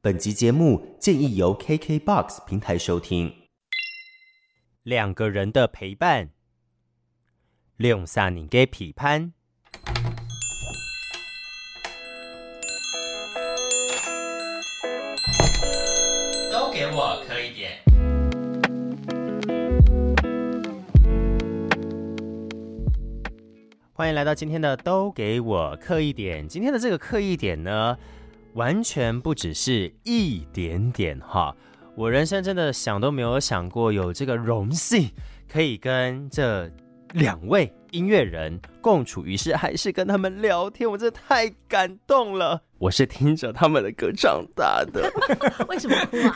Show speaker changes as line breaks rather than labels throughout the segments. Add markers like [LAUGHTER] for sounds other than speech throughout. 本集节目建议由 KKBOX 平台收听。两个人的陪伴，用萨你给批判。都给我磕一点。欢迎来到今天的都给我刻一点。今天的这个刻一点呢，完全不只是一点点哈。我人生真的想都没有想过有这个荣幸，可以跟这两位音乐人共处于世，还是跟他们聊天，我真的太感动了。我是听着他们的歌长大的，
为什么哭
[LAUGHS]
啊？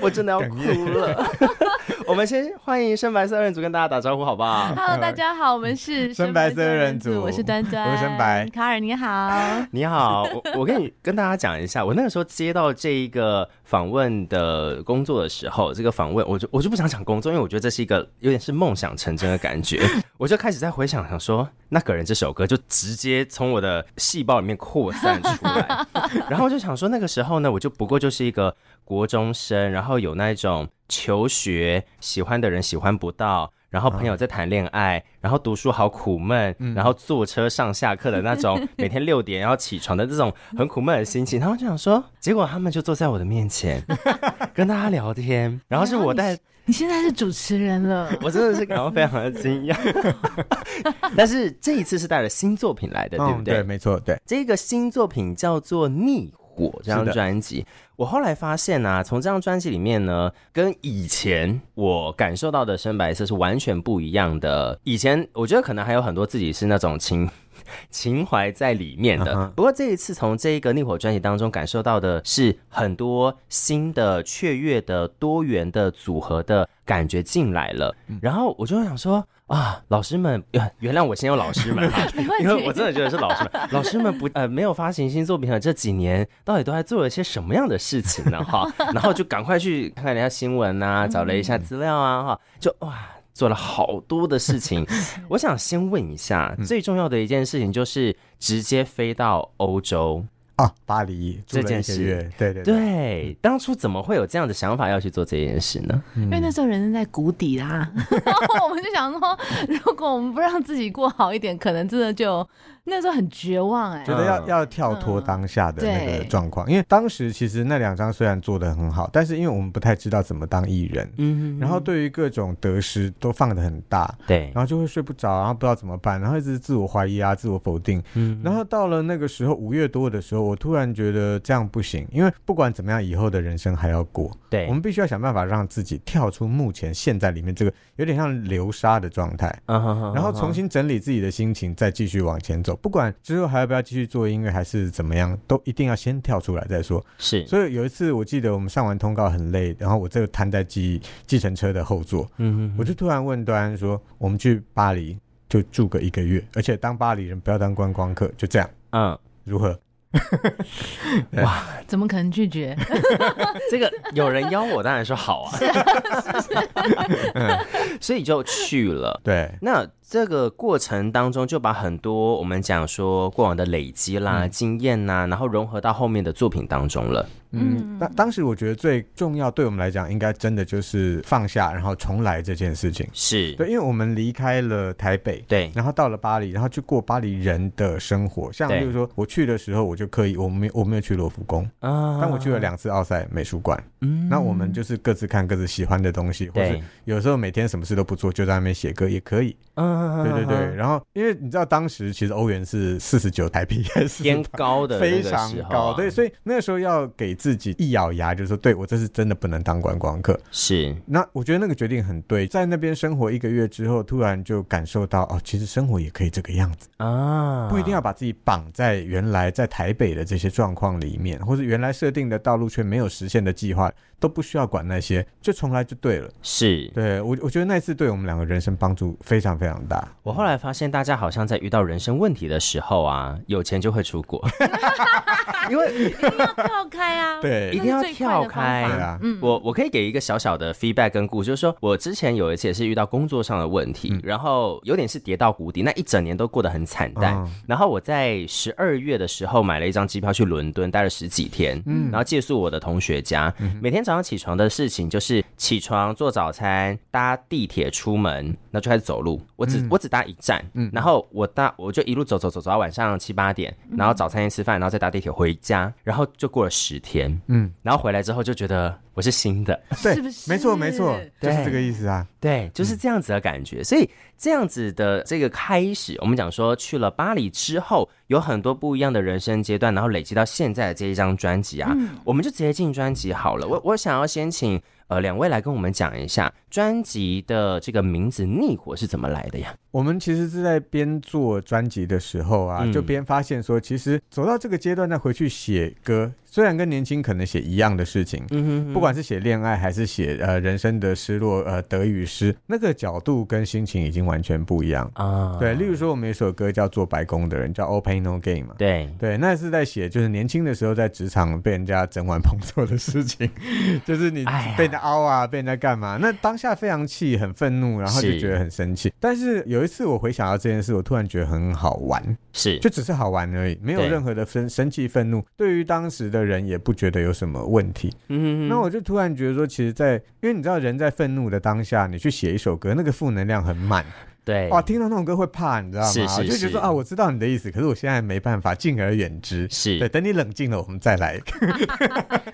我真的要哭了。 [LAUGHS] 我们先欢迎深白色二人组跟大家打招呼好不好？
Hello，大家好，我们是
[LAUGHS] 深白
二
三人组
我是端端，
我是深白
卡尔你
[LAUGHS]
好，
你好，我我跟你跟大家讲一下，我那个时候接到这一个访问的工作的时候，这个访问我就我就不想讲工作，因为我觉得这是一个有点是梦想成真的感觉，我就开始在回想，想说那个人这首歌就直接从我的细胞里面扩散出来，然后我就想说那个时候呢，我就不过就是一个国中生，然后有那种求学喜欢的人喜欢不到。然后朋友在谈恋爱，然后读书好苦闷，然后坐车上下课的那种，每天六点要起床的这种很苦闷的心情。然后就想说，结果他们就坐在我的面前，跟大家聊天，然后是我带
你现在是主持人了，
[LAUGHS] 我真的是感到非常的惊讶， [LAUGHS] 但是这一次是带了新作品来的，对不
嗯，对，没错，对，
这个新作品叫做《逆火》这张
是的
专辑。我后来发现啊，从这张专辑里面呢，跟以前我感受到的深白色是完全不一样的。以前我觉得可能还有很多自己是那种情 [LAUGHS] 情怀在里面的。
嗯哼
不过这一次从这个逆火专辑当中感受到的是很多新的雀跃的多元的组合的感觉进来了。
嗯
然后我就想说啊，老师们，呃原谅我先用老师们
[LAUGHS]
啊，
没问题
[LAUGHS] 因为我真的觉得是老师们，老师们不呃没有发行新作品的这几年，到底都在做了些什么样的事情呢？哈，然后就赶快去看看人家新闻啊，找了一下资料啊，哈，就哇。做了好多的事情，我想先问一下，最重要的一件事情就是直接飞到欧洲。
啊，巴黎住
这
了
件
一个
事
月，对对，
对，当初怎么会有这样的想法要去做这件事呢？
嗯
因为那时候人正在谷底
[LAUGHS]
啦，然后我们就想说，如果我们不让自己过好一点，可能真的就那时候很绝望哎、
觉得要
嗯
要跳脱当下的那个
对
状况，因为当时其实那两张虽然做的很好，但是因为我们不太知道怎么当艺人，
嗯
然后对于各种得失都放的很大，
对
然，后就会睡不着，然后不知道怎么办，然后一直自我怀疑啊，自我否定。
嗯
然后到了那个时候五月多的时候，我突然觉得这样不行，因为不管怎么样，以后的人生还要过，
对
我，们必须要想办法让自己跳出目前现在里面这个有点像流沙的状态。
然
然后重新整理自己的心情，再继续往前走。不管之后还要不要继续做音乐，还是怎么样，都一定要先跳出来再说。
是，
所以有一次，我记得我们上完通告很累，然后我就瘫在计计程车的后座，
嗯
我就突然问端说：“我们去巴黎就住个一个月，而且当巴黎人，不要当观光客，就这样
嗯，
如何
怎么可能拒
[LAUGHS]
绝？ [LAUGHS]
这个有人邀我，当然说好啊， [LAUGHS] 嗯所以就去了？”。
对，
那这个过程当中，就把很多我们讲说过往的累积啦、经验呐，然后融合到后面的作品当中了。
嗯
嗯，当当时我觉得最重要，对我们来讲，应该真的就是放下，然后重来这件事情。
是，
对，因为我们离开了台北，
对，
然后到了巴黎，然后去过巴黎人的生活。像
对
例如说，我去的时候，我就刻意我没我没有去罗浮宫，
啊
但我去了，两次奥赛美术馆。
嗯
那我们就是各自看各自喜欢的东西，或是
对，
有时候每天什么事都不做，就在那边写歌也可以。
嗯
对对对。，然后因为你知道，当时其实欧元是四十九台币，还是 [LAUGHS]
偏高的
非
那个
常
时候啊
高，对，所以那时候要给自己一咬牙，就是说，对我这次真的不能当观光客。
是，
那我觉得那个决定很对，在那边生活一个月之后，突然就感受到哦，其实生活也可以这个样子。
啊，
不一定要把自己绑在原来在台北的这些状况里面，或者原来设定的道路却没有实现的计划，都不需要管那些，就重来就对了。
是，
对我，我觉得那次对我们两个人生帮助非常非常大。
我后来发现，大家好像在遇到人生问题的时候啊，有钱就会出国，因为
跳开啊，
对
那
一
是
定要
最快
跳
的方法
开。
对啊
嗯
我我可以给一个小小的 feedback 跟故事，就是说我之前有一次也是遇到工作上的问题，然后有点是跌到谷底，那一整年都过得很惨淡。
嗯
然后我在十二月的时候买了一张机票去伦敦，待了十几天，然后借宿我的同学家。每天早上起床的事情就是起床做早餐，搭地铁出门，那就开始走路。我只、我只搭一站，然后我搭我就一路走走走走到晚上七八点，然后早餐先吃饭，然后再搭地铁回家，然后就过了十天。
嗯，
然后回来之后就觉得我是新的，
对，
是不是
没错没错，就
对
是这个意思啊。
[LAUGHS] 对， [LAUGHS] 嗯就是这样子的感觉。所以这样子的这个开始，我们讲说去了巴黎之后，有很多不一样的人生阶段，然后累积到现在的这一张专辑啊，我们就直接进专辑好了。我我想要先请呃两位来跟我们讲一下专辑的这个名字《逆火》是怎么来的呀？
我们其实是在边做专辑的时候啊，
嗯
就边发现说，其实走到这个阶段再回去写歌，虽然跟年轻可能写一样的事情，
嗯哼
不管是写恋爱还是写呃人生的失落，呃得与失，那个角度跟心情已经完全不一样。
啊，
对，例如说我们有一首歌叫《做白宫的人》，叫《All Pain No Gain》嘛。
对，
对，那是在写就是年轻的时候在职场被人家 [LAUGHS] 整碗捧臭的事情，就是你
哎呀
被人家凹啊，被人家干嘛？那当下非常气，很愤怒，然后就是觉得很生气。但是有一次我回想到这件事，我突然觉得很好玩，
是
就只是好玩而已，没有
对
任何的生生气、愤怒。对于当时的人也不觉得有什么问题。
嗯哼
那我就突然觉得说，其实在，因为你知道人在愤怒的当下，你去写一首歌，那个负能量很满，
对
哇，听到那种歌会怕，你知道吗？
是是
我就觉得
是
说啊，我知道你的意思，可是我现在没办法敬而远之。
是 [LAUGHS]
对，等你冷静了，我们再来。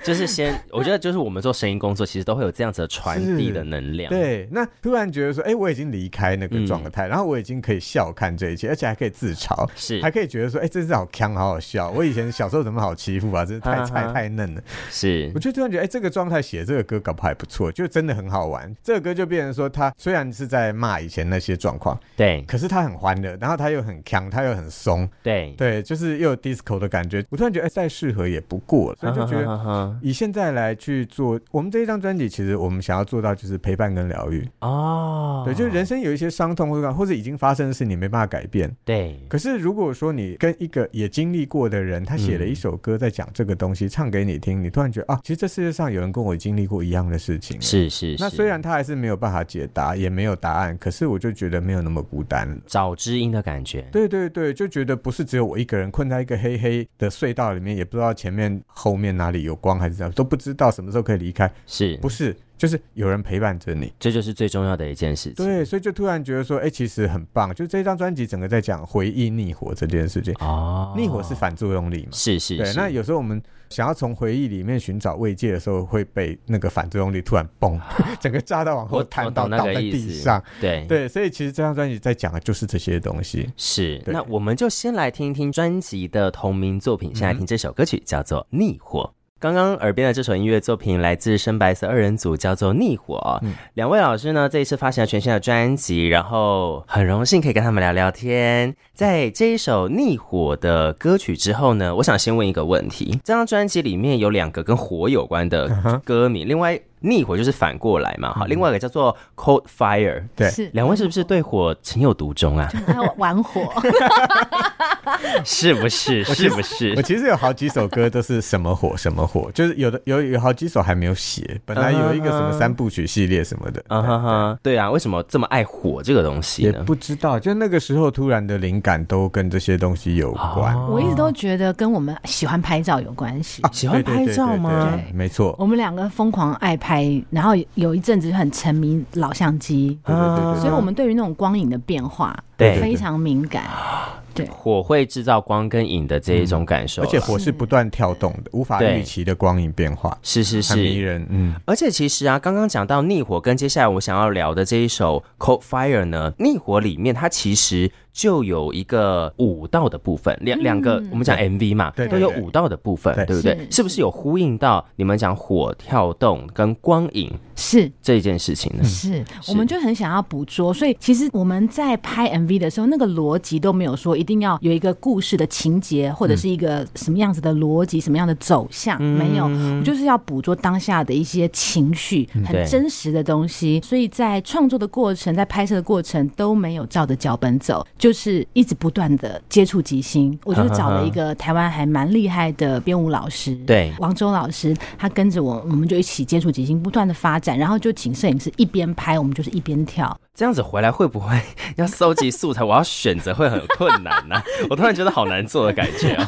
就是先，我觉得就是我们做声音工作，其实都会有这样子的传递的能 [LAUGHS] 量。，
对，那突然觉得说，哎、我已经离开那
嗯
个状态，然后我已经可以笑看这一切，而且还可以自嘲，
是
还可以觉得说，哎、真是好强，好好笑。我以前小时候怎么好欺负啊？真是太
啊
菜
哈
太嫩了。
是
我就突然觉得，哎、这个状态写这个歌搞不好还不错，就真的很好玩。这个歌就变成说，他虽然是在骂以前那些状况，
对
可是他很欢乐，然后他又很强，他又很松，
对，
对，就是又有 disco 的感觉。我突然觉得，哎、再适合也不过了，所以就
嗯啊
觉得。
得
以现在来去做，我们这一张专辑，其实我们想要做到就是陪伴跟疗愈。
哦，
对，就是人生有一些伤痛或者或者已经发生的事，你没办法改变。
对
可是如果说你跟一个也经历过的人，他写了一首歌在讲这个东西，唱给你听，你突然觉得啊，其实这世界上有人跟我经历过一样的事情。。
是是是。
那虽然他还是没有办法解答，也没有答案，可是我就觉得没有那么孤单了。
找知音的感觉，
对对对，就觉得不是只有我一个人困在一个黑黑的隧道里面，也不知道前面后面哪里有光还是怎样，都不知道什么时候可以离开。
是
不，是，就是有人陪伴着你。
这就是最重要的一件事情。
对，所以就突然觉得说，哎、其实很棒。就这张专辑整个在讲回忆逆火这件事情，
哦，
逆火是反作用力嘛？
是是
对
是，，
那有时候我们想要从回忆里面寻找慰藉的时候，会被那个反作用力突然嘣，整个炸到往
我
后弹
我
到
懂那
倒
个
在
意
地
思
上。
对
对，所以其实这张专辑在讲的就是这些东西。
是。
对
那我们就先来听一听专辑的同名作品，先来听这首歌曲，叫做《逆火》。刚刚耳边的这首音乐作品来自深白色二人组，叫做《逆火》
嗯
两位老师呢，这一次发行了全新的专辑，然后很荣幸可以跟他们聊聊天。在这一首《逆火》的歌曲之后呢，我想先问一个问题：这张专辑里面有两个跟火有关
嗯
的歌名，另外“逆火”就是反过来嘛，哈，另外一个叫做 “Cold Fire”。
对
是
两位是不是对火情有独钟啊？
还有玩
[LAUGHS]
火？
是不是？是不
我
是？
其实有好几首歌都是什么火什么火，就是有的有有好几首还没有写，本来有一个什么三部曲系列什么的。
啊哈哈，对啊，为什么这么爱火这个东西
也
呢？
不知道，就那个时候突然的灵感都跟这些东西有关。
哦
我一直都觉得跟我们喜欢拍照有关系。
哦
喜欢
对对对
拍照吗
对对对没错，
我们两个疯狂爱拍，然后有一阵子很沉迷老相机，
对对对对
啊
对
所以我们对于那种光影的变化
对对
非常敏感。
火会制造光跟影的这一种感受
而
啦，
且火是不断跳动的，无法
对
预期的光影变化，
是是
很迷
是。
人。嗯，
而且其实啊，刚刚讲到逆火，跟接下来我想要聊的这一首《Cold Fire》呢，逆火里面它其实就有一个舞蹈的部分，两两个我们讲 MV 嘛，
对
都
对
有
对
舞蹈的部分，
对
对不对？
嗯是
是不是有呼应到你们讲火跳动跟光影
是
这一件事情
[LAUGHS]
呢？
是，我们就很想要捕捉，所以其实我们在拍 MV 的时候，那个逻辑都没有说一定要有一个故事的情节，或者
嗯
是一个什么样子的逻辑、什么样的走向，没
嗯
有，我就是要捕捉当下的一些情绪，
对
很真实的东西。所以在创作的过程，在拍摄的过程都没有照着脚本走，就是一直不断的接触即
啊
兴。我就是找了一个台湾还蛮厉害的编舞老师，
对
王周老师，他跟着我，我们就一起接触即兴，不断的发展，然后就请摄影师一边拍，我们就是一边跳。
这样子回来会不会 [LAUGHS] 要搜集素材？我要选择会很困难呢、我突然觉得好难做的感觉啊！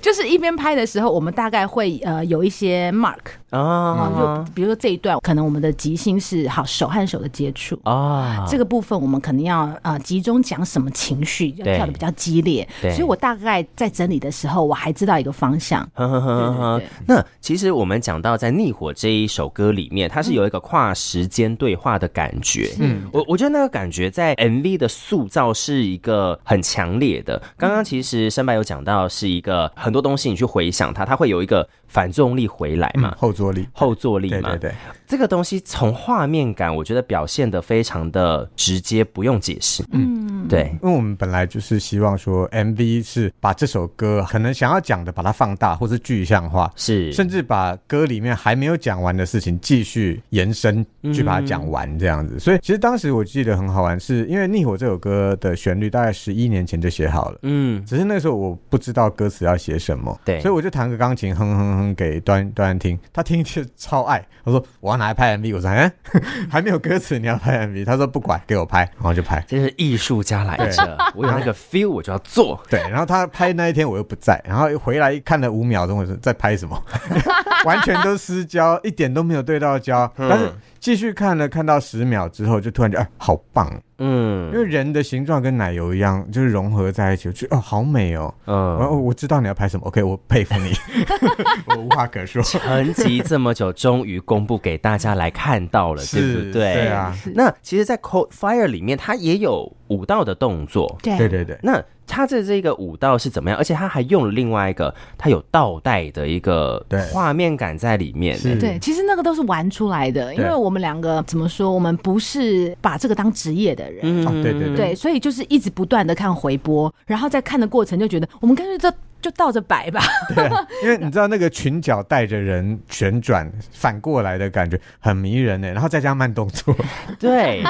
就是一边拍的时候，我们大概会呃有一些 mark 啊
啊，
就比如说这一段，可能我们的即兴是好手和手的接触。
啊，
这个部分我们可能要呃集中讲什么情绪，要
对
跳的比较激烈，
对
所以我大概在整理的时候，我还知道一个方向。
呵呵呵呵
对对对
那其实我们讲到在《逆火》这一首歌里面，它是有一个跨时间对话的感觉。嗯，我我觉得那个感觉在 MV 的塑造是一个很强烈的。刚刚其实申白有讲到是一个很多东西你去回想它，它会有一个反作用力回来嘛，
后坐力，
啊后坐力
嗯对
嘛。
对对，
这个东西从画面感，我觉得表现的非常的直接，不用解释。嗯，对，
因为我们本来就是希望说 MV 是把这首歌可能想要讲的把它放大或是具象化，
是
甚至把歌里面还没有讲完的事情继续延伸
嗯
去把它讲完这样子。所以其实当时我记得很好玩是，因为《逆火》这首歌的旋律大概十一年前就写好了。
嗯，
只是那时候我不知道歌词要写什么，
对
所以我就弹个钢琴，哼哼哼给端端听，他听就超爱，他说我要拿来拍 MV，我说哎， [LAUGHS] 还没有歌词你要拍 MV，他说不管，给我拍，然后就拍，
这是艺术家来着，我有那个 feel，我就要做。
对，然后他拍那一天我又不在，然后回来看了五秒钟，我说在拍什么， [LAUGHS] 完全都失焦，一点都没有对到焦，但是继续看了，看到十秒之后就突然就哎好棒，因
嗯
为人的形状跟奶油一样，就是融合在一起，我觉得哦好美哦，
嗯
我我知道你要拍什么，OK，我佩服你，我无话可
[LAUGHS]
说。
沉寂这么久，终于公布给大家来看到了，对
是
不对？
对啊，
嗯
那其实，在《Cold Fire》里面，它也有舞蹈的动作。
对啊
对对对，
那它的这个舞蹈是怎么样？而且它还用了另外一个，它有倒带的一个
对
画面感在里面。
是
对，其实那个都是玩出来的，因
对
为我们两个怎么说，我们不是把这个当职业的人，
嗯
哦对对对
对，所以就是一直不断的看回播，然后在看的过程就觉得，我们干脆就就倒着摆吧。
因为你知道那个裙角带着人旋转反过来的感觉很迷人呢，然后再加上慢动作，
[LAUGHS] 对，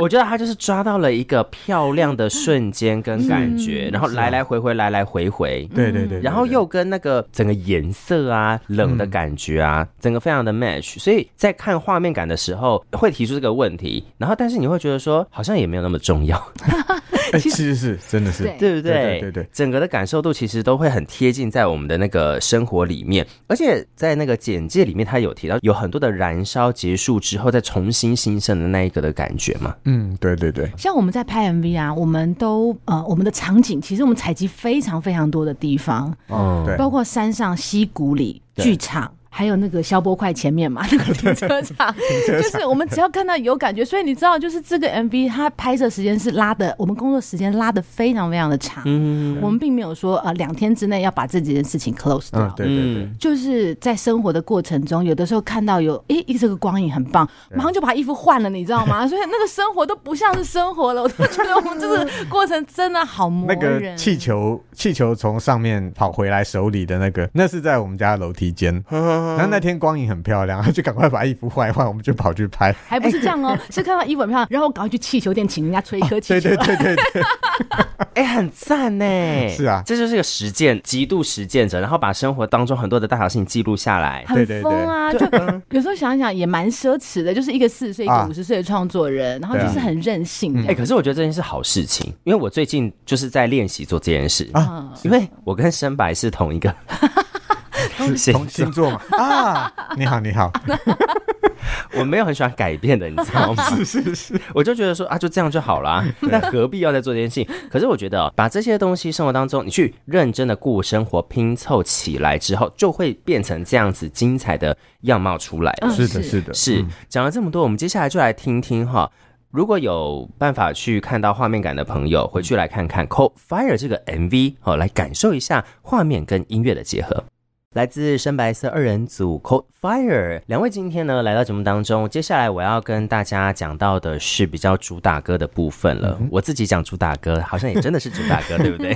我觉得他就是抓到了一个漂亮的瞬间跟感觉，
嗯
然后来来回回，来来回回，
对对对对
然后又跟那个整个颜色啊、冷的感觉
嗯
啊，整个非常的 match。所以在看画面感的时候，会提出这个问题，然后但是你会觉得说，好像也没有那么重要，
哎，是是是，真的是，
对
对不对？
对对对对
整个的感受度其实都会很贴近在我们的那个生活里面，而且在那个简介里面，他有提到有很多的燃烧结束之后再重新新生的那一个的感觉嘛。
嗯，对对对，
像我们在拍 MV 啊，我们都呃，我们的场景其实我们采集非常非常多的地方，
嗯，
对
包括山上、溪谷里、
对
剧场。还有那个消波块前面嘛， [LAUGHS] 那个停
[LAUGHS]
车场，就是我们只要看到有感觉，所以你知道，就是这个
嗯
MV 它拍摄时间是拉的，我们工作时间拉的非常非常的长，
嗯
我们并没有说呃两天之内要把这几件事情 close 掉，
嗯，对对对，
嗯
就是在生活的过程中，有的时候看到有诶、这个光影很棒，马上就把衣服换了，你知道
[LAUGHS]
吗？所以那个生活都不像是生活了，我都觉得我们这个过程真的好磨
那
人。
个气球，气球从上面跑回来手里的那个，那是在我们家楼梯间。然后那天光影很漂亮，他就赶快把衣服换一换，我们就跑去拍。
还不是这样哦，是看到衣服很漂亮，然后我赶快去气球店请人家吹一颗气
哎哦对
球。
对对对对，
哎、很赞呢！
是啊
这就是个实践，极度实践者，然后把生活当中很多的大小事情记录下来。
很疯啊！就有时候想一想也蛮奢侈的，就是一个四十岁、一
嗯啊
个五十岁的创作人，然后就是很任性这
哎、
嗯
样。
可是我觉得这件事好事情，因为我最近就是在练习做这件事
啊
因为我跟深白是同一个 [LAUGHS]
是
星
[LAUGHS] 同星座嘛啊，你好你好，
我没有很喜欢改变的，你知
[LAUGHS]
道吗？是是是，我就觉得说啊，就这样就好啦，那何必要再做这件事情？可是我觉得、哦，把这些东西生活当中，你去认真的过生活，拼凑起来之后，就会变成这样子精彩的样貌出来了。
嗯
是的是的，
是讲了这么多，我们接下来就来听听哈。如果有办法去看到画面感的朋友，回去来看看《Cold Fire》这个 MV 哦，来感受一下画面跟音乐的结合。来自深白色二人组 Cold Fire 两位今天呢来到节目当中，接下来我要跟大家讲到的是比较主打歌的部分了。我自己讲主打歌，好像也真的是主打歌，对不对？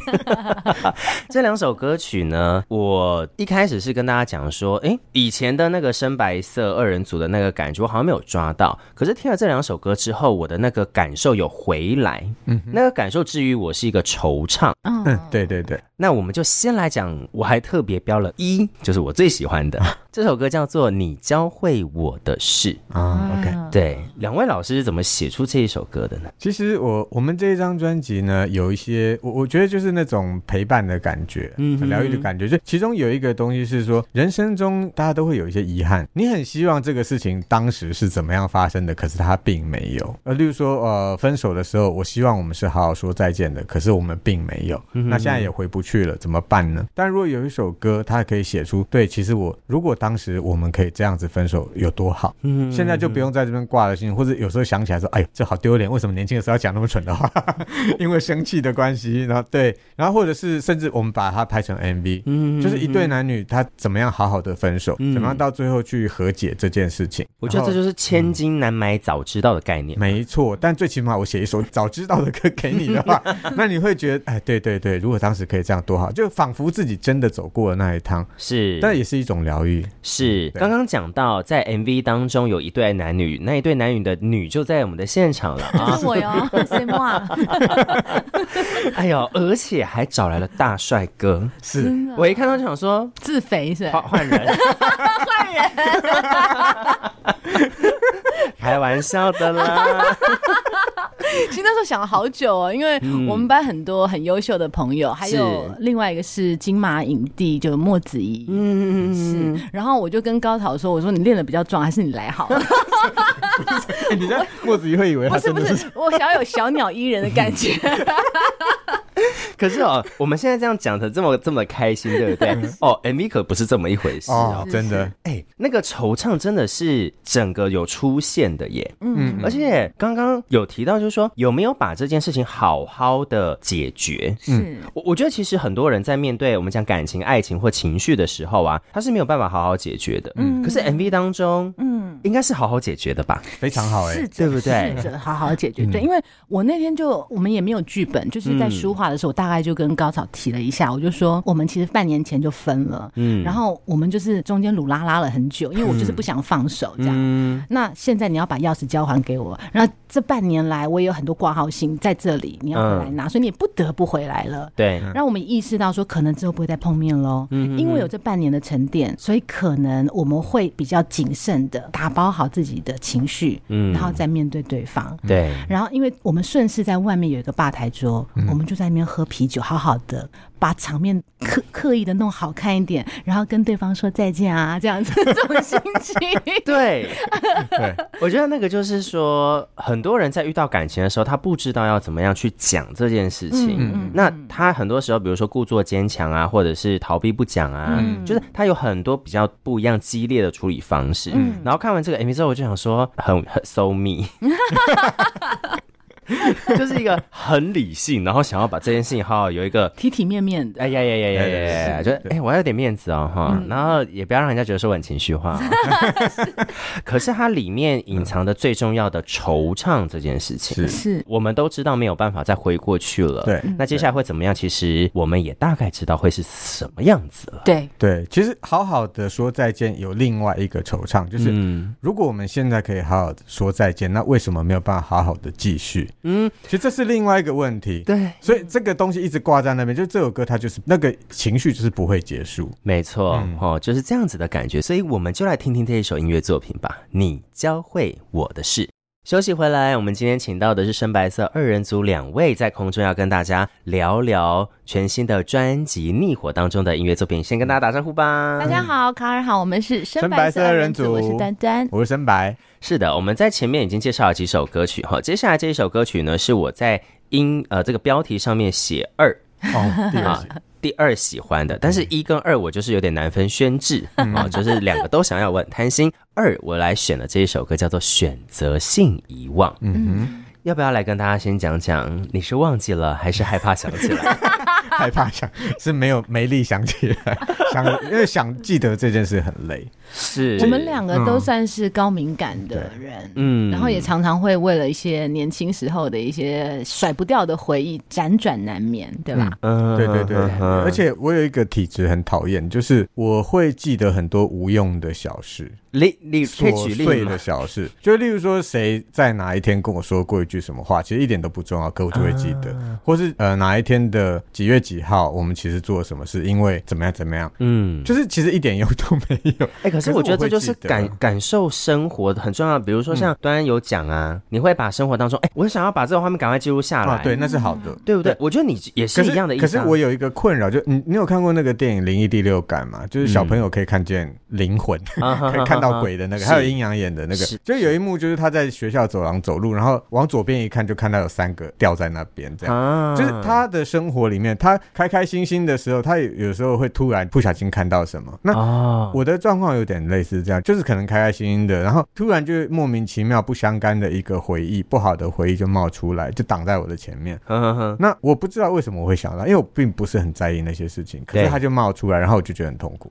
这两首歌曲呢，我一开始是跟大家讲说，诶，以前的那个深白色二人组的那个感觉，我好像没有抓到。可是听了这两首歌之后，我的那个感受有回来，嗯，那个感受至于我是一个惆怅。
嗯
嗯，对对对，
那我们就先来讲，我还特别标了一，就是我最喜欢的这首歌，叫做《你教会我的事》。
嗯
啊，OK。
对，两位老师是怎么写出这一首歌的呢？
其实我我们这一张专辑呢，有一些我我觉得就是那种陪伴的感觉，
嗯哼
嗯，疗愈的感觉。就其中有一个东西是说，人生中大家都会有一些遗憾，你很希望这个事情当时是怎么样发生的，可是它并没有。呃，例如说呃，分手的时候，我希望我们是好好说再见的，可是我们并没有。
嗯哼
那现在也回不去了，怎么办呢？但如果有一首歌，它可以写出，对，其实我如果当时我们可以这样子分手，有多好。
嗯
现在就不用在这边挂了心，或者有时候想起来说，哎呦，这好丢脸，为什么年轻的时候要讲那么蠢的话？ [LAUGHS] 因为生气的关系，然后对，然后或者是甚至我们把它拍成 MV，
嗯
就是一对。男女他怎么样好好的分手，
嗯
怎么样到最后去和解这件事情。
我觉得这
然后
就是千金难买早知道的概念。
没错，但最起码我写一首早知道的歌给你的
[LAUGHS]
话，那你会觉得，哎，对对对，如果当时可以这样多好，就仿佛自己真的走过了那一趟，
是，
但也是一种疗愈。
是
对
刚刚讲到，在 MV 当中有一对男女，那一对男女的女就在我们的现场 [LAUGHS] 了啊！
就是我
[LAUGHS]
哟，谁骂？
哎呦，而且还找来了大帅哥，
是，
我一看到就想说
自肥是吧
换？换人，
换
[LAUGHS]
人，
开玩笑的啦。
其实那时候想了好久哦，因为
嗯
我们班很多很优秀的朋友，还有
是
另外一个是金马影帝，就莫子仪。
嗯，
然后我就跟高桃说：“我说你练的比较壮，还是你来好了。
[LAUGHS] 你这样墨子怡会以为
[LAUGHS]
不
他
是
真
不
的
是，我想要有小鸟依人的感觉。
[LAUGHS] 可是哦，我们现在这样讲的这么这么开心，对不对？哦，MV 可不是这么一回事哦
哦。，真的。
哎，那个惆怅真的是整个有出现的耶。
嗯，
而且刚刚有提到，就是说有没有把这件事情好好的解决？
是
我我觉得其实很多人在面对我们讲感情、爱情或情绪的时候啊，他是没有办法好好解决的。嗯，可是 MV 当中，嗯，应该是好好解决的吧？
非常好哎、
试
对
着
不对嗯
试着好好解决。对，因为我那天就我们也没有剧本，就是在书画的时候，我大概就跟高草提了一下，我就说我们其实半年前就分了，
嗯
然后我们就是中间鲁拉拉了很久，因为我就是不想放手这样。
嗯，
那现在你要把钥匙交还给我，然后这半年来我也有很多挂号信在这里，你要回来
嗯
拿，所以你也不得不回来了。
对，
嗯
让我们意识到说，可能之后不会再碰面喽。因为有这半年的沉淀，所以可能我们会比较谨慎的打包好自己的情绪，
嗯
然后再面对对方。
嗯
对，
然后，因为我们顺势在外面有一个吧台桌，
嗯
我们就在那边喝啤酒，好好的把场面刻刻意的弄好看一点，然后跟对方说再见啊，这样子这种心
[LAUGHS]
情。
对，
对，
我觉得那个就是说，很多人在遇到感情的时候，他不知道要怎么样去讲这件事情。
嗯
那他很多时候，比如说故作坚强啊，或者是逃避不讲啊，
嗯
就是他有很多比较不一样激烈的处理方式。
嗯
然后看完这个 MV 之后，我就想说，很很 so me。就是一个很理性，然后想要把这件事情好好有一个
体体面面的，
哎呀呀呀呀呀呀呀！就是哎，我要有点面子哦哈，然后也不要让人家觉得说我很情绪化 [LAUGHS] 哦。可是它里面隐藏的最重要的惆怅这件事情，
是
是
我们都知道没有办法再回过去了。
对，
那接下来会怎么样？其实我们也大概知道会是什么样子了。
对，
对，其实好好的说再见有另外一个惆怅，就是
嗯
如果我们现在可以好好的说再见，那为什么没有办法好好的继续？
嗯，
其实这是另外一个问题。
对，
所以这个东西一直挂在那边，就这首歌它就是那个情绪就是不会结束。
没错哦，就是这样子的感觉。所以我们就来听听这一首音乐作品吧，《你教会我的事》。休息回来，我们今天请到的是深白色二人组两位，在空中要跟大家聊聊全新的专辑《逆火》当中的音乐作品。先跟大家打招呼吧。
大家好，卡尔好，我们是深
深
白
白
色
色
二
二
人
人
组，我是
组
丹丹。
我是深
[LAUGHS]
白，
是的，我们在前面已经介绍了几首歌曲哈，接下来这一首歌曲呢，是我在音呃这个标题上面写二
哦，第二
啊
集，
第二喜欢的，但
嗯
是一跟二我就是有点难分轩
[LAUGHS]
制啊，就是两个都想要，我很贪心。二我来选了这一首歌叫做《选择性遗忘》，
嗯哼，
要不要来跟大家先讲讲？你是忘记了还是害怕想起
[LAUGHS]
来？
害怕想是没有没力想起来，想因为想记得这件事很累。
是
我们两个
嗯
都算是高敏感的人，嗯，然后也常常会为了一些年轻时候的一些甩不掉的回忆辗转难眠，对吧？
嗯
对对对，
嗯嗯
而且我有一个体质很讨厌，就是我会记得很多无用的小事，
例例可以
琐
举
碎
例
的
吗？
小事，就例如说谁在哪一天跟我说过一句什么话，其实一点都不重要，可我就会记得，
啊
或是呃哪一天的几月几号，我们其实做了什么事，因为怎么样怎么样，
嗯，
就是其实一点用都没有。
哎、可
可是
是我觉得
我
这
会
就是
记得嗯
感感受生活的很重要。比如说像端安有讲啊，你会把生活当中，哎、我想要把这个画面赶快记录下来，
啊，对，那是好的。
对不对？我觉得你也嗯是
可是
一样的意思、
可
啊
是我有一个困扰，就你你有看过那个电影《灵异第六感》吗？就是小朋友可以看见灵魂，
啊嗯哈哈哈
可以看到鬼的那个，
是
还有阴阳眼的那个
是。
就有一幕就是他在学校走廊走路，然后往左边一看，就看到有三个吊在那边这样。
啊
就是他的生活里面，他开开心心的时候，他有有时候会突然不小心看到什么。那
哦，
我的状况有点类似这样，就是可能开开心心的，然后突然就莫名其妙不相干的一个回忆，不好的回忆就冒出来，就挡在我的前
[LAUGHS]
面。
呵呵呵
那我不知道为什么我会想到，因为我并不是很在意那些事情，可是
对
它就冒出来，然后我就觉得很痛苦。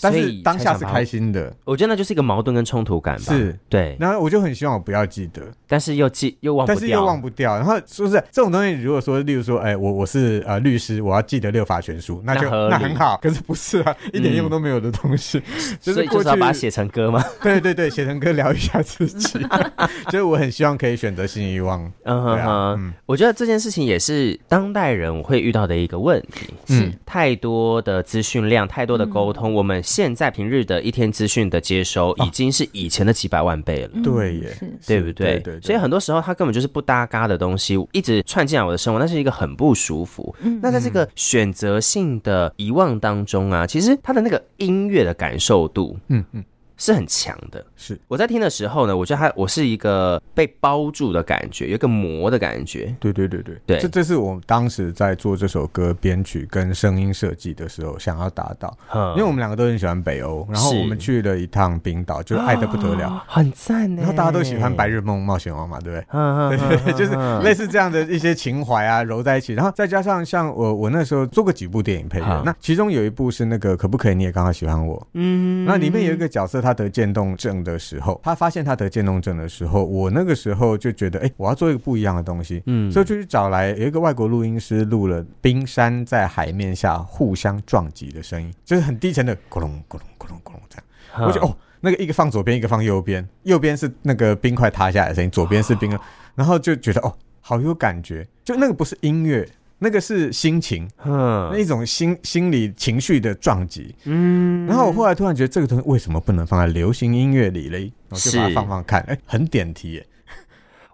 但
所
是
以
当下
才
是
想把
开心的，
我觉得那就是一个矛盾跟冲突感吧。
是
对，
然后我就很希望我不要记得，
但是又记又忘不
但
掉，
是又忘不掉。然后是不是这种东西？如果说，例如说，哎，我我是呃律师，我要记得六法全书，那就
那合理嗯
那很好。可是不是啊，一点用都没有的东西，就
所
是
以就
过
是
去
要把它写成歌嘛。
[LAUGHS] 对啊对对，写成歌疗愈一下
[LAUGHS]
自己。就是我很希望可以选择性遗忘。
嗯哼
对啊，
哼，
嗯
我觉得这件事情也是当代人会遇到的一个问题。
是
太多的资讯量，太多的沟
嗯
通，我们现在平日的一天资讯的接收，
哦
已经是以前的几百万倍了。
嗯对耶
嗯是，
对
是
不
对
对？
对，
所以很多时候它根本就是不搭嘎的东西，一直串进来我的生活，那是一个很不舒服。
嗯
那在这个选择性的遗忘当中啊，其实它的那个音乐的感受度，
嗯嗯
是很强的。
是
我在听的时候呢，我觉得它我是一个被包住的感觉，有一个膜的感觉。
对对对对
对
这这是我当时在做这首歌编曲跟声音设计的时候想要达到，
嗯
因为我们两个都很喜欢北欧，然后
是
我们去了一趟冰岛，就爱的不得了。
啊很赞呢。
然后大家都喜欢《白日梦冒险王》嘛，对不对？
嗯，嗯
对
嗯
[LAUGHS] 对对，就是类似这样的一些情怀啊，揉在一起，然后再加上像我，我那时候做过几部电影配乐
好，
那其中有一部是那个可不可以你也刚好喜欢我，
嗯
那里面有一个角色，他得渐冻症的时候，他发现他得渐冻症的时候，我那个时候就觉得，哎、我要做一个不一样的东西，
嗯
所以就去找来有一个外国录音师录了冰山在海面下互相撞击的声音，就是很低沉的咕隆咕隆咕隆咕隆这样。我
嗯
觉得哦，那个一个放左边，一个放右边，右边是那个冰块塌下来的声音，左边是冰，然后就觉得哦，好有感觉，就那个不是音乐。那个是心情，
嗯
那一种心心理情绪的撞击，
嗯
然后我后来突然觉得这个东西为什么不能放在流行音乐里嘞？我就是把它放放看，哎、很点题耶！ [LAUGHS]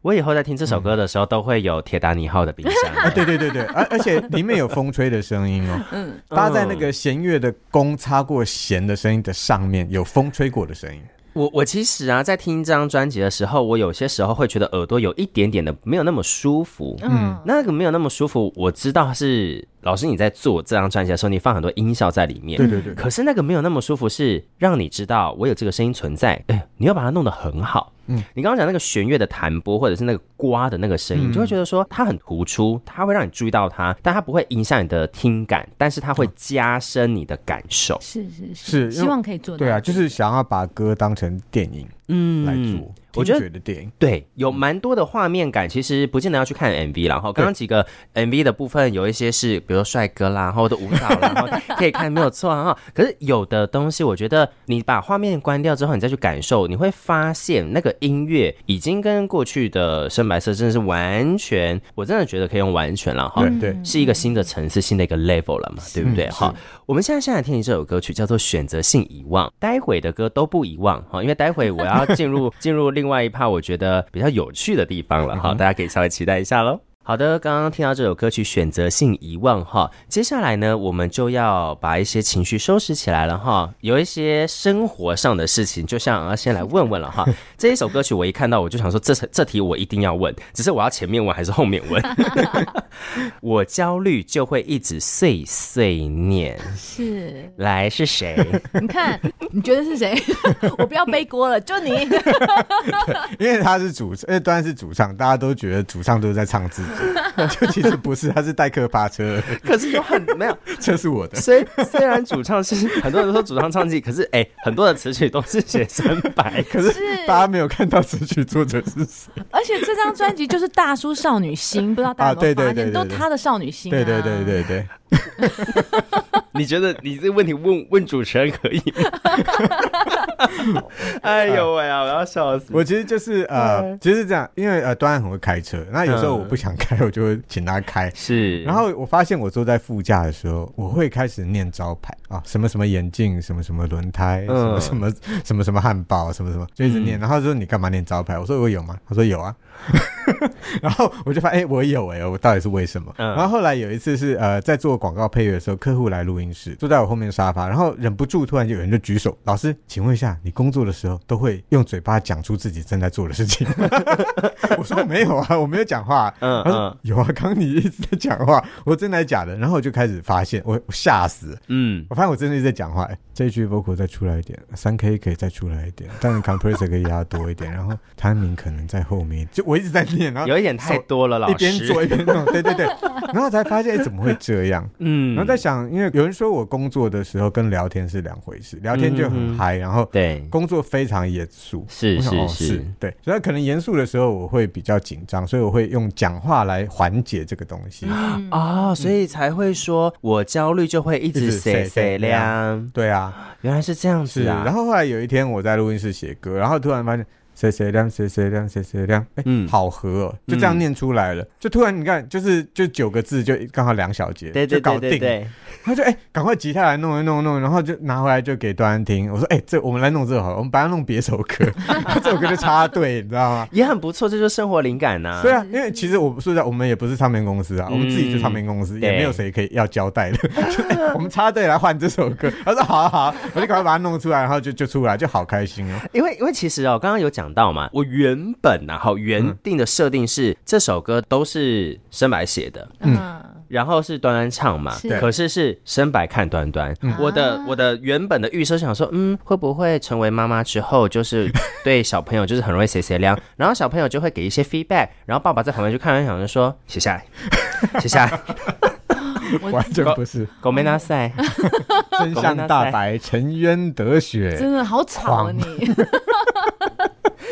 我以后在听这首歌的时候，都会有铁达尼号的冰
嗯 [LAUGHS] 啊，
箱。
对对对对，而而且里面有风吹的声音哦，嗯，搭在那个弦乐的弓擦过弦的声音的上面，有风吹过的声音，
我我其实啊，在听这张专辑的时候，我有些时候会觉得耳朵有一点点的没有那么舒服。
嗯，
那个没有那么舒服，我知道是老师你在做这张专辑的时候，你放很多音效在里面。
对对对
可是那个没有那么舒服，是让你知道我有这个声音存在，哎，你要把它弄得很好。嗯，你刚刚讲那个弦乐的弹拨，或者是那个刮的那个声音，你
嗯
就会觉得说它很突出，它会让你注意到它，但它不会影响你的听感，但是它会
嗯
加深你的感受。
是是
是因为
是，希望可以做到。
对啊，就是想要把歌当成电影
嗯
来做，
我
我
觉
觉
得
得的电影。 [LAUGHS]
对，有蛮多的画面感，其实不见得要去看 MV 啦。然后刚刚几个 MV 的部分，有一些是比如说帅哥啦，然后的舞蹈啦，然后可以看没有错啊。可是有的东西，我觉得你把画面关掉之后，你再去感受，你会发现那个音乐已经跟过去的深白色真的是完全，我真的觉得可以用完全了哈。
对对，
是一个新的层次、新的一个 level 了嘛，对不对？好，我们现在先来听你这首歌曲，叫做《选择性遗忘》。待会的歌都不遗忘哈，因为待会我要进入进入另外一趴，我觉得比较有趣的地方了哈，大家可以稍微期待一下喽。好的，刚刚听到这首歌曲《选择性遗忘》哈，接下来呢，我们就要把一些情绪收拾起来了哈。有一些生活上的事情，就像啊，先来问问了哈。这一首歌曲我一看到，我就想说这这题我一定要问，只是我要前面问还是后面问？我焦虑就会一直碎碎念。
是，
来是谁？
你看，你觉得是
[LAUGHS]
谁？我不要背锅了，就你。
因为他是主，因为端是主唱，大家都觉得主唱都是在唱自己， [LAUGHS] 就其实不是，他是代客趴车，
可是又很没有。
这是我的。
虽虽然主唱是很多人都说主唱唱技，可是哎、很多的词曲都是写身白。
可是
是
大家没有看到词曲作者是谁，
而且这张专辑就是大叔少女
[LAUGHS]
心，不知道大家有没有发
啊对对
现，
对对
都他的少女心啊。
[LAUGHS] 对对对对
嗯
对，
你觉得你这个问题问问主持人可以吗？哎呦喂啊！我要笑死。
我其实就是呃，其实是这样，因为呃，端很会开车，那有时候
嗯
我不想开，我就会请他开。
是，
然后我发现我坐在副驾的时候，我会开始念招牌啊，什么什么眼镜，什么什么轮胎，
嗯
什么什么什么什么汉堡，什
[LAUGHS]
么什么，就一直念。然后他说你干嘛念招牌？我说我有吗？他说有啊。 [LAUGHS] 然后我就发现，哎、我有哎、我到底是为什么？
嗯
然后后来有一次是呃，在做广告配乐的时候，客户来录音室，坐在我后面沙发，然后忍不住突然就有人就举手，老师，请问一下，你工作的时候都会用嘴巴讲出自己正在做的事情吗？ [LAUGHS] 我说没有啊，我没有讲话、
嗯
他
嗯
说有啊，刚刚你一直在讲话，我说真的还是假的？然后我就开始发现，我我吓死了，
嗯，
我发现我真的一直在讲话。哎这一句 vocal 再出来一点，三 K 可以再出来一点，但 compressor 可以压多一点，然后 timing 可能在后面，就我一直在念，然后
有一点太多了，老
一
师。
边做一边弄，
[LAUGHS]
对对对，然后才发现哎怎么会这样？
嗯
然后在想，因为有人说我工作的时候跟聊天是两回事，聊天
嗯
就
嗯
很
嗯
嗨，然后
对，
工作非常严肃，
是
我想
是
哦
是
是，对，所以可能严肃的时候我会比较紧张，所以我会用讲话来缓解这个东西。
嗯
啊、所以才会说我焦虑就会一直
一直
谁
碎
谁
碎
亮，
对啊，
原来是这样
是。
子啊。
然后后来有一天我在录音室写歌，然后突然发现。谁谁亮，谁谁亮，谁谁亮，哎、
嗯
好合、哦，就这样念出来了。就突然你看，就是就九个字，就刚好两小节，
对对
就搞
对
定
对
了。
对，
他就哎，赶、快吉他来弄一弄弄，然后就拿回来就给端安听。我说哎、这我们来弄这个好了，我们把它弄别首歌，这首歌就插队，你知道吗？
也很不错，这就是生活灵感呐、
对啊，因为其实我说实在，我们也不是唱片公司啊，
嗯
我们自己就唱片公司，也
对
没有谁可以要交代的。 [LAUGHS] 就哎我们插队来换这首歌，他说好啊好啊，我就赶快把它弄出来，然后就就出来，就好开心哦。
因为因为其实哦，刚刚有讲到嘛，我原本然、啊、后原定的设定是、这首歌都是深白写的，
嗯，
然后是端端唱嘛，
是
可是是深白看端端。
嗯
我的
啊
我的原本的预设是想说，嗯，会不会成为妈妈之后，就是 [LAUGHS] 对小朋友就是很容易谁谁凉，然后小朋友就会给一些 feedback，然后爸爸在旁边就看完想着说写下来， [LAUGHS] 写下来，
[LAUGHS] 我
完全
[LAUGHS]
不是，
狗没拿赛。
真相大白，沉冤得雪。
真的好吵啊
[LAUGHS] 狂
你，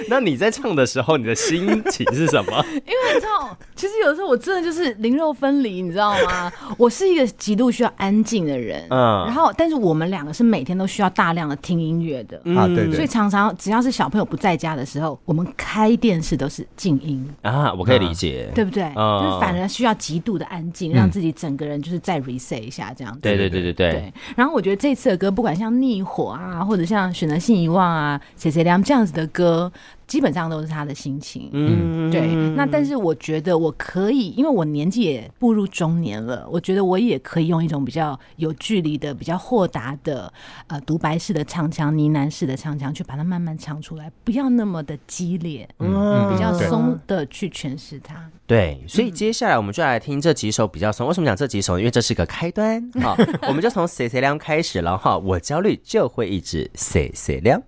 那你在唱的时候，你的心情是什 [LAUGHS] 么？
因为你知道， [LAUGHS] 其实有的时候我真的就是灵肉分离，你知道吗？我是一个极度需要安静的人，
嗯
然后但是我们两个是每天都需要大量的听音乐的，
啊对对
所以常常只要是小朋友不在家的时候，我们开电视都是静音。
啊，我可以理解。
对不对？
嗯
就是反而需要极度的安静，让自己整个人就是再 reset 一下这样子。
对对对对对，
对，然后我觉得这次的歌，不管像《逆火》啊，或者像《选择性遗忘》啊，《谁谁亮》这样子的歌，基本上都是他的心情。
嗯，
对，那但是我觉得我可以，因为我年纪也步入中年了，我觉得我也可以用一种比较有距离的、比较豁达的，呃，独白式的唱腔、呢喃式的唱腔，去把它慢慢唱出来，不要那么的激烈，
嗯
比较
对
松的去诠释它。
对，所以接下来我们就来听这几首比较松。为什么讲这几首？因为这是个开端哈，我们就从谁谁亮开始了哈。我焦虑就会一直谁谁亮。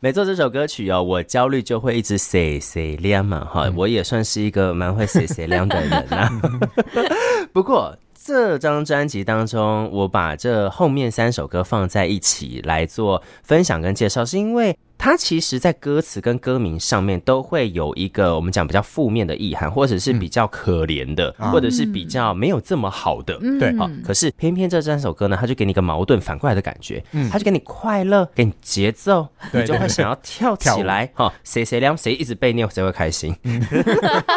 没错，这首歌曲哦，我焦虑就会一直谁谁亮嘛哈。我也算是一个蛮会谁谁亮的人啊。不过这张专辑当中，我把这后面三首歌放在一起来做分享跟介绍，是因为它其实在歌词跟歌名上面都会有一个我们讲比较负面的意涵，或者是比较可怜的，
嗯
或者是比较没有这么好的。
对
好、可是偏偏这三首歌呢，它就给你一个矛盾反过来的感觉，它就给你快乐，给你节奏，
嗯对
你就
对
会
对
想要跳
跳
起
舞嗯
来哈、谁谁亮谁一直被念，谁会开心？ [LAUGHS]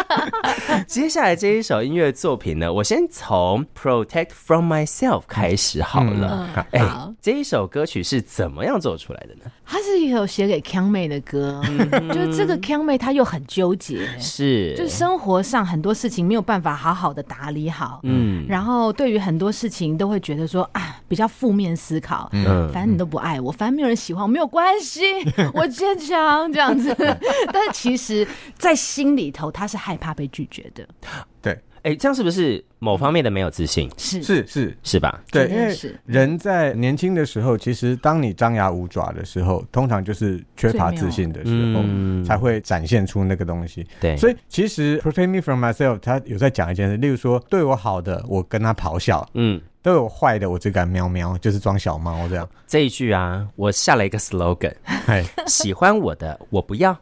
接下来这一首音乐作品呢，我先从《Protect from Myself》开始好了。
嗯
哎、
好
这一首歌曲是怎么样做出来的呢？
他是也有写给康妹的 [LAUGHS] 歌，就是这个康妹她又很纠结，
是，
就是生活上很多事情没有办法好好的打理好，
嗯，
然后对于很多事情都会觉得说啊比较负面思考，
嗯
反正你都不爱我，反正没有人喜欢我，没有关
[LAUGHS]
系，我坚强这样子。 [LAUGHS] 但是其实，在心里头他是害怕被拒绝的，
对，
哎、这样是不是某方面的没有自信，
是
是是，
是吧？
对，
绝
因
对
为
是
人在年轻的时候，其实当你张牙舞爪的时候，通常就是缺乏自信的时候，
嗯
才会展现出那个东西。
对，
所
以
以其实 Protect Me From Myself，他有在讲一件事，例如说对我好的，我跟他咆哮；
嗯，
对我坏的，我只敢喵喵，就是装小猫
[LAUGHS]
这样。
这一句啊，我下了一个
[LAUGHS]
slogan，
哎，
喜欢我的我不要，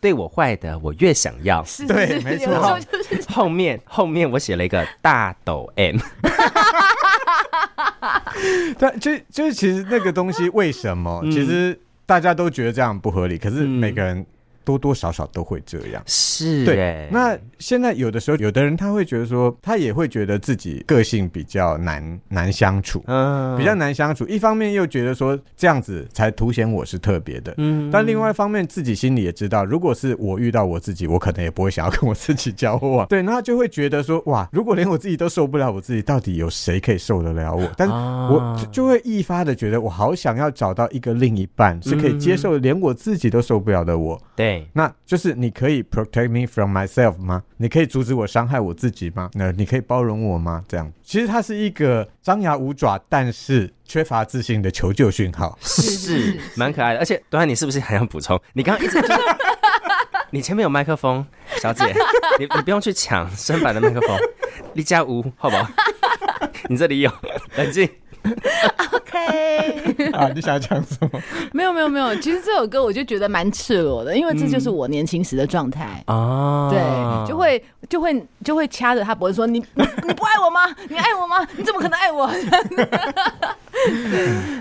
对我坏的我越想要。
是
对
是是
没错
有的时候
[LAUGHS]
就是
后面后面我写了一个大抖 M，
但就就是其实那个东西为什么？其实大家都觉得这样不合理，可是
嗯
每个人多多少少都会这样。
是
对
哎，，
那现在有的时候，有的人他会觉得说，他也会觉得自己个性比较难难相处，
嗯
比较难相处。一方面又觉得说这样子才凸显我是特别的，
嗯
但另外一方面自己心里也知道，如果是我遇到我自己，我可能也不会想要跟我自己交
[LAUGHS]
往。对，那就会觉得说，哇，如果连我自己都受不了我自己，到底有谁可以受得了我？但是
啊
我就就会一发的觉得，我好想要找到一个另一半是可以接受连我自己都受不了的我。
对
那就是你可以 protect me from myself 吗？你可以阻止我伤害我自己吗？那你可以包容我吗？这样，其实它是一个张牙舞爪，但是缺乏自信的求救讯
[LAUGHS]
号。
是
是
是
蛮可爱的，而且短短你是不是还想补充？你刚刚一直就是
[LAUGHS]
你前面有麦克风，小姐，你你不用去抢身板的麦克
[LAUGHS]
风，你加五好不好？ [LAUGHS] 你这里有，冷静。
OK。
啊，你想讲什
[LAUGHS]
么？
[LAUGHS] 没有没有没有，其实这首歌我就觉得蛮赤裸的，因为这就是
嗯
我年轻时的状
啊
态。
哦，
对，就会就会就会掐着他脖子说：“你你你不爱我吗？你爱我吗？你怎么可能爱我？”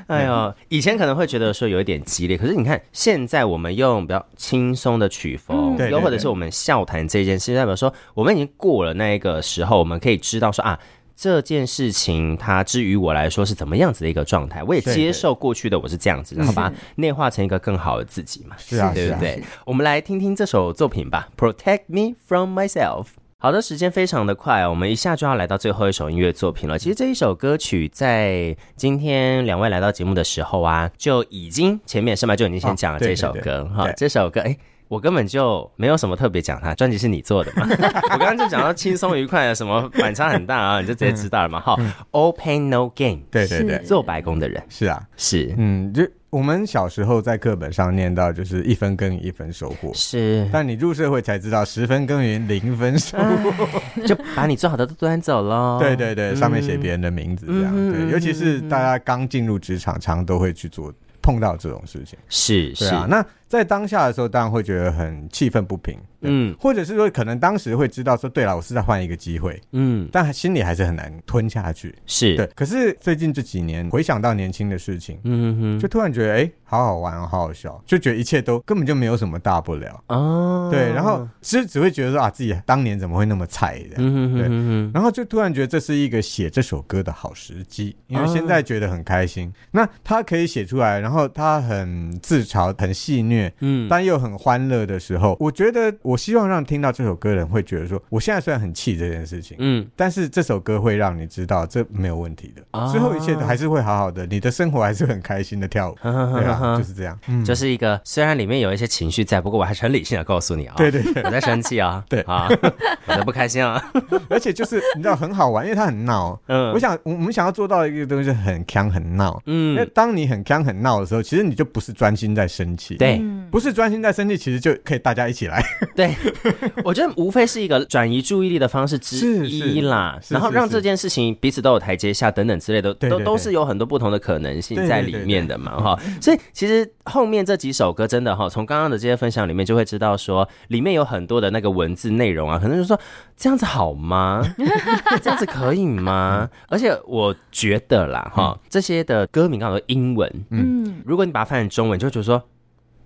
哎
嗯
呦，以前可能会觉得说有一点激烈，可是你看现在我们用比较轻松的曲风，
嗯对对
又或者
对
是我们笑谈这件事，代表说我们已经过了那个时候，我们可以知道说啊。这件事情，它至于我来说是怎么样子的一个状态，我也
对对嗯
接受过去的我是这样子，然后把它内化成一个更好的自己嘛，
是啊
对
是
不
啊
对？我们来听听这首作品吧，《Protect Me from Myself》。好的，时间非常的快，我们一下就要来到最后一首音乐作品了。其实这一首歌曲在今天两位来到节目的时候啊，就已经前面是吧就已经先讲了
啊对
这首
对
歌
对
哈、
对
这首歌哎。我根本就没有什么特别讲它，专辑是你做的嘛？我刚刚就讲到轻松愉快，啊什么反差很大啊，你就直接知道了嘛。哈、o l pain no gain，
对对嗯对
是，
做白工的人
是啊，
是
嗯，就我们小时候在课本上念到，就是一分耕耘一分收获，
是，
但你入社会才知道，十分耕耘零分收获。 [LAUGHS]
嗯就把你最好的都端走喽。
对对对，上面写别人的名字这样，
嗯嗯
对，尤其是大家刚进入职场，常都会去做碰到这种事情。
是
对
是，
啊，那在当下的时候，当然会觉得很气愤不平，
嗯
嗯，或者是说，可能当时会知道说，对了，我是在换一个机会，
嗯
但心里还是很难吞下去。
是，
对，可是最近这几年回想到年轻的事情，
嗯哼
就突然觉得，哎、好好玩哦，好好笑，就觉得一切都根本就没有什么大不了。
哼，哦，
对，然后是只会觉得说啊，自己当年怎么会那么菜的，
嗯哼
对
哼哼哼，
然后就突然觉得这是一个写这首歌的好时机，因为
啊
现在觉得很开心。那他可以写出来，然后他很自嘲、很戏谑，
嗯，
但又很欢乐的时候，我觉得我希望让听到这首歌的人会觉得说，我现在虽然很气这件事情。
嗯，
但是这首歌会让你知道这没有问题的
啊，
之后一切都还是会好好的，你的生活还是很开心的
[LAUGHS]
跳舞，对吧？就是这样，嗯，
就是一个虽然里面有一些情绪在，不过我还是很理性的告诉你啊、
对对对，
我在生气啊，
对
啊，我在不开心啊，
而且就是你知道很好玩，因为它很闹。
嗯
我想我们想要做到一个东西很强很闹，那
嗯，
当你很刚很闹的时候，其实你就不是专心在生气，，
对
嗯
不是专心在生气，其实就可以大家一起来，
对，我觉得无非是一个转移注意力的方式之
是
一啦，
是是
然后
是
让
是
这件事情彼此都有台阶下等等之类的，
对
都
对
都
对
是有很多不同的可能性
对
在
对
里
对
面的嘛哈，所以其实后面这几首歌真的哈，从刚刚的这些分享里面就会知道说，里面有很多的那个文字内容啊，可能就说这样子好吗？这样子可以吗？而且我觉得啦，
嗯
哈、这些的歌名刚好都英文，
嗯，
如果你把它翻成中文，就会觉得说，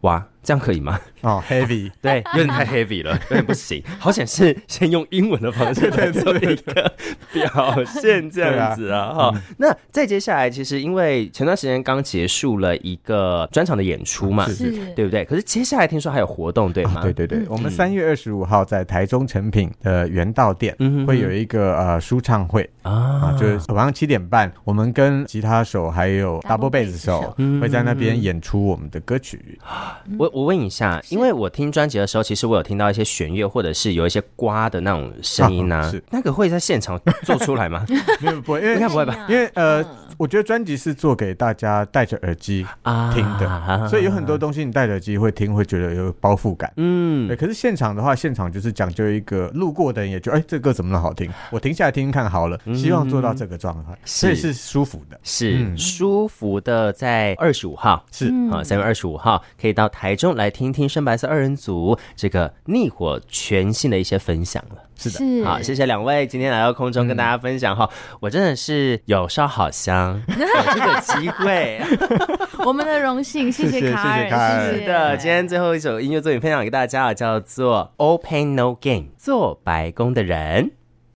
哇，这样可以吗？
哦，heavy，
[LAUGHS] 对，有点太 heavy 了，有点不
[LAUGHS]
行。好险是先用英文的方式来做一个表现，这样子啊哈、
嗯
那再接下来，其实因为前段时间刚结束了一个专场的演出嘛，
是
是
对不对？可是接下来听说还有活动，对吗？
啊对对对，
嗯
我们三月二十五号在台中成品的原道店
嗯哼哼
会有一个呃舒唱会
啊
啊，就是晚上七点半，我们跟吉他手还有
Double
double
bass
bass
手
手
嗯
会在那边演出我们的歌曲。
啊我我问一下，因为我听专辑的时候，其实我有听到一些弦乐，或者是有一些刮的那种声音啊，
啊是
那个会在现场做出来
[LAUGHS]
吗？
没有不会，因
应该
为
不会
嗯
吧？
因为呃，我觉得专辑是做给大家戴着耳机
啊
听的，所以有很多东西你戴着耳机会听，会觉得有包覆感。
嗯
对，可是现场的话，现场就是讲究一个路过的人也觉得，哎、这个歌怎么那么好听？我停下来听听看好了，希望做到这个状态，所以
嗯是
是舒服的。
是、
嗯
舒服的，在二十五号
是
啊，三、月二十五号可以到台中来听听深白色二人组这个逆火全新的一些分享了。
是的，
是
好，谢谢两位今天来到空中跟大家分享哈、我真的是有烧好香，有这个机会。
我们的荣幸，谢
谢谢
卡尔，
谢谢卡尔
谢
是的，今天最后一首音乐作品分享给大家，叫做《Open No Game》做白宫的人。